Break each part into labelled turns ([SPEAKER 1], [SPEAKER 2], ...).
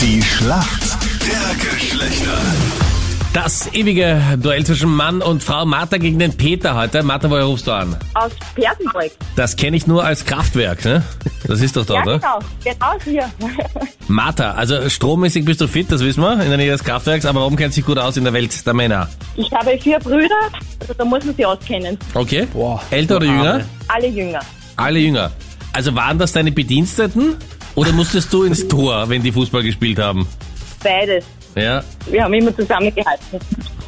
[SPEAKER 1] Die Schlacht der Geschlechter.
[SPEAKER 2] Das ewige Duell zwischen Mann und Frau Martha gegen den Peter heute. Martha, woher rufst du an?
[SPEAKER 3] aus Persenberg.
[SPEAKER 2] Das kenne ich nur als Kraftwerk, ne? Das ist doch da,
[SPEAKER 3] Ja,
[SPEAKER 2] oder?
[SPEAKER 3] genau. Genau hier.
[SPEAKER 2] Martha, also strommäßig bist du fit, das wissen wir, in der Nähe des Kraftwerks, aber warum kennt sich gut aus in der Welt der Männer?
[SPEAKER 3] Ich habe vier Brüder, also da muss man sie auskennen.
[SPEAKER 2] Okay?
[SPEAKER 4] Boah,
[SPEAKER 2] Älter oder
[SPEAKER 4] du Arme.
[SPEAKER 2] jünger?
[SPEAKER 3] Alle jünger.
[SPEAKER 2] Alle jünger. Also waren das deine Bediensteten oder musstest du ins Tor, wenn die Fußball gespielt haben?
[SPEAKER 3] Beides.
[SPEAKER 2] Ja.
[SPEAKER 3] Wir haben immer zusammengehalten.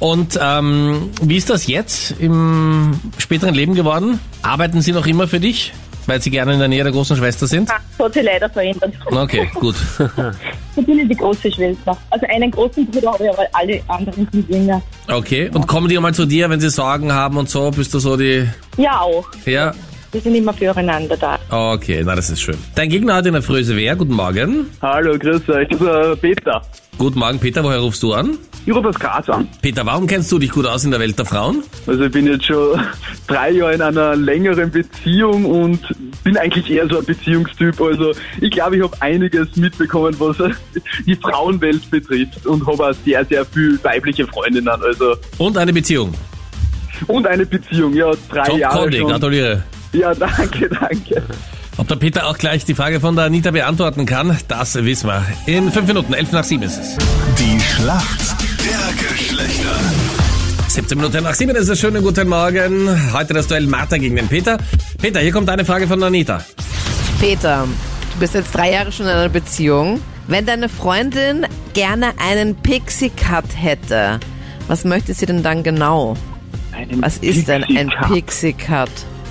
[SPEAKER 2] Und ähm, wie ist das jetzt im späteren Leben geworden? Arbeiten sie noch immer für dich, weil sie gerne in der Nähe der großen Schwester sind?
[SPEAKER 3] Das hat sich leider verändert.
[SPEAKER 2] Okay, gut.
[SPEAKER 3] Ich bin ja die große Schwester. Also einen großen Bruder habe ich, aber alle anderen sind jünger.
[SPEAKER 2] Okay, und kommen die auch mal zu dir, wenn sie Sorgen haben und so? Bist du so die...
[SPEAKER 3] Ja, auch.
[SPEAKER 2] Ja,
[SPEAKER 3] Wir sind immer füreinander da.
[SPEAKER 2] okay, na das ist schön. Dein Gegner heute in der Fröse wer? Guten Morgen.
[SPEAKER 5] Hallo, grüß euch, das ist der Peter.
[SPEAKER 2] Guten Morgen, Peter, woher rufst du an?
[SPEAKER 5] Ich rufe aus Graz an.
[SPEAKER 2] Peter, warum kennst du dich gut aus in der Welt der Frauen?
[SPEAKER 5] Also ich bin jetzt schon drei Jahre in einer längeren Beziehung und bin eigentlich eher so ein Beziehungstyp. Also ich glaube, ich habe einiges mitbekommen, was die Frauenwelt betrifft und habe auch sehr, sehr viel weibliche Freundinnen. Also
[SPEAKER 2] Und eine Beziehung.
[SPEAKER 5] und eine Beziehung, Ah, ja, drei
[SPEAKER 2] Top
[SPEAKER 5] Jahre
[SPEAKER 2] Conti,
[SPEAKER 5] schon.
[SPEAKER 2] gratuliere.
[SPEAKER 5] Ja, danke, danke.
[SPEAKER 2] Ob der Peter auch gleich die Frage von der Anita beantworten kann, das wissen wir. In fünf Minuten, elf nach sieben ist es.
[SPEAKER 1] Die Schlacht der Geschlechter.
[SPEAKER 2] 17 Minuten nach sieben ist es. Schönen guten Morgen. Heute das Duell Martha gegen den Peter. Peter, hier kommt eine Frage von der Anita.
[SPEAKER 6] Peter, du bist jetzt drei Jahre schon in einer Beziehung. Wenn deine Freundin gerne einen Pixie-Cut hätte, was möchte sie denn dann genau? Was ist denn ein Pixie-Cut?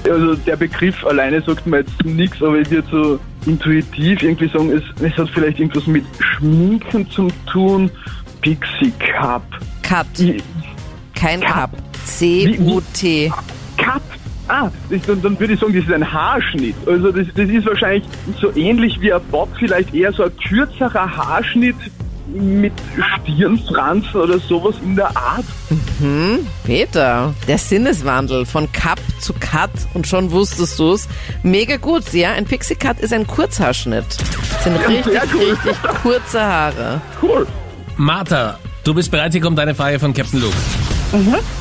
[SPEAKER 5] Also der Begriff alleine sagt mir jetzt nichts, aber ich würde so intuitiv irgendwie sagen, es, es hat vielleicht irgendwas mit Schminken zu tun. Pixie Cup.
[SPEAKER 6] Cut,
[SPEAKER 5] I-
[SPEAKER 6] kein
[SPEAKER 5] Cut.
[SPEAKER 6] Cup. C-U-T.
[SPEAKER 5] Cup. Ah, ich, dann, dann würde ich sagen, das ist ein Haarschnitt. Also das, das ist wahrscheinlich so ähnlich wie ein Bob, vielleicht eher so ein kürzerer Haarschnitt mit Stirnfransen oder sowas in der Art.
[SPEAKER 6] Peter, der Sinneswandel von Cup zu Cut und schon wusstest du es. Mega gut, ja. Ein Pixie-Cut ist ein Kurzhaarschnitt. Das sind richtig,
[SPEAKER 5] sehr cool.
[SPEAKER 6] richtig kurze Haare.
[SPEAKER 5] Cool.
[SPEAKER 2] Martha, du bist bereit. Hier kommt eine Frage von Captain Luke.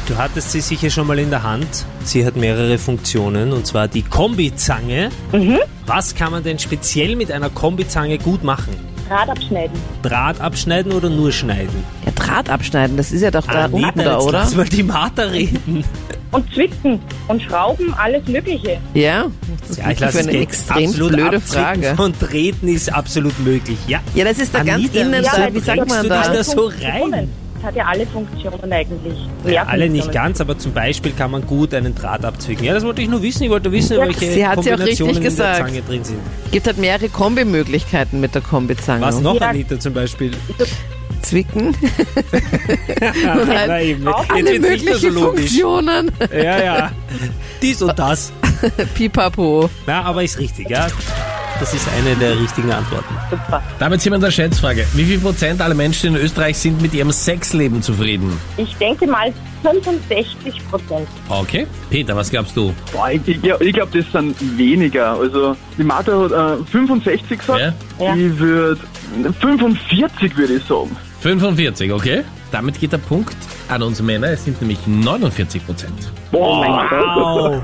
[SPEAKER 4] Du hattest sie sicher schon mal in der Hand. Sie hat mehrere Funktionen, und zwar die Kombizange. Was kann man denn speziell mit einer Kombizange gut machen?
[SPEAKER 3] Rad abschneiden.
[SPEAKER 4] Draht abschneiden oder nur schneiden?
[SPEAKER 6] Ja, Draht abschneiden, das ist ja doch da unten
[SPEAKER 4] Anita,
[SPEAKER 6] da,
[SPEAKER 4] jetzt
[SPEAKER 6] oder?
[SPEAKER 4] lass mal die Martha reden.
[SPEAKER 3] Und zwicken und schrauben, alles Mögliche.
[SPEAKER 6] Ja, das ist
[SPEAKER 4] Ja,
[SPEAKER 6] wirklich
[SPEAKER 4] ich lasse
[SPEAKER 6] für
[SPEAKER 4] es
[SPEAKER 6] eine
[SPEAKER 4] gelten.
[SPEAKER 6] extrem
[SPEAKER 4] absolut
[SPEAKER 6] blöde
[SPEAKER 4] abzwicken
[SPEAKER 6] Frage.
[SPEAKER 4] Von Treten ist absolut möglich, ja.
[SPEAKER 6] Ja, das ist da ganz
[SPEAKER 4] Anita,
[SPEAKER 6] innen,
[SPEAKER 4] wieso
[SPEAKER 6] da, wie sagt
[SPEAKER 4] drängst
[SPEAKER 6] man
[SPEAKER 4] du
[SPEAKER 6] da?
[SPEAKER 4] dich da so rein?
[SPEAKER 3] Es hat ja alle Funktionen eigentlich.
[SPEAKER 4] Ja, alle nicht
[SPEAKER 3] Mehrfunktionen.
[SPEAKER 4] ganz, aber zum Beispiel kann man gut einen Draht abzwicken. Ja, das wollte ich nur wissen. Ich wollte wissen,
[SPEAKER 3] Ja,
[SPEAKER 4] welche
[SPEAKER 6] sie hat sie auch
[SPEAKER 4] Kombinationen
[SPEAKER 6] richtig
[SPEAKER 4] in
[SPEAKER 6] gesagt.
[SPEAKER 4] der Zange drin sind.
[SPEAKER 6] Gibt halt mehrere Kombimöglichkeiten mit der Kombizange.
[SPEAKER 4] Was noch,
[SPEAKER 3] Ja.
[SPEAKER 4] Anita, zum Beispiel?
[SPEAKER 6] Zwicken. halt
[SPEAKER 4] Ja, na eben. Jetzt
[SPEAKER 6] Alle
[SPEAKER 4] wird's nicht mehr so
[SPEAKER 6] möglichen
[SPEAKER 4] logisch.
[SPEAKER 6] Funktionen.
[SPEAKER 4] Ja, ja. Dies und das.
[SPEAKER 6] Pipapo.
[SPEAKER 4] Na, aber ist richtig, ja. Das ist eine der richtigen Antworten.
[SPEAKER 3] Super.
[SPEAKER 2] Damit sind wir in der Schätzfrage. Wie viel Prozent aller Menschen in Österreich sind mit ihrem Sexleben zufrieden?
[SPEAKER 3] Ich denke mal 65 Prozent.
[SPEAKER 2] Okay. Peter, was glaubst du?
[SPEAKER 5] Boah, ich ich glaube, glaub, das sind weniger. Also die Martha hat äh, 65 gesagt.
[SPEAKER 2] Ja.
[SPEAKER 3] Ja.
[SPEAKER 5] Ich würde 45 würde ich sagen.
[SPEAKER 2] 45, okay. Damit geht der Punkt an uns Männer. Es sind nämlich 49 Prozent.
[SPEAKER 5] Boah, mein
[SPEAKER 4] Wow.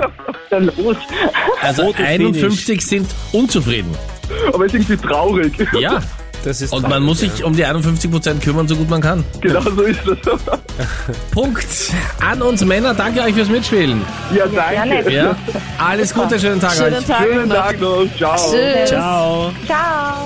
[SPEAKER 5] Dann los.
[SPEAKER 2] Also
[SPEAKER 4] Foto finish.
[SPEAKER 2] 51 sind unzufrieden.
[SPEAKER 5] Aber ist irgendwie traurig.
[SPEAKER 2] Ja.
[SPEAKER 4] Das ist
[SPEAKER 2] Und man muss sich um die 51 Prozent kümmern, so gut man kann.
[SPEAKER 5] Genau so ist das.
[SPEAKER 2] Punkt an uns Männer. Danke euch fürs Mitspielen.
[SPEAKER 5] Ja,
[SPEAKER 3] gerne.
[SPEAKER 5] danke.
[SPEAKER 2] Ja. Alles Gute, schönen Tag euch.
[SPEAKER 6] Schönen Tag
[SPEAKER 5] Schönen
[SPEAKER 6] noch.
[SPEAKER 5] Tag noch. Ciao.
[SPEAKER 6] Tschüss.
[SPEAKER 4] Ciao.
[SPEAKER 3] Ciao.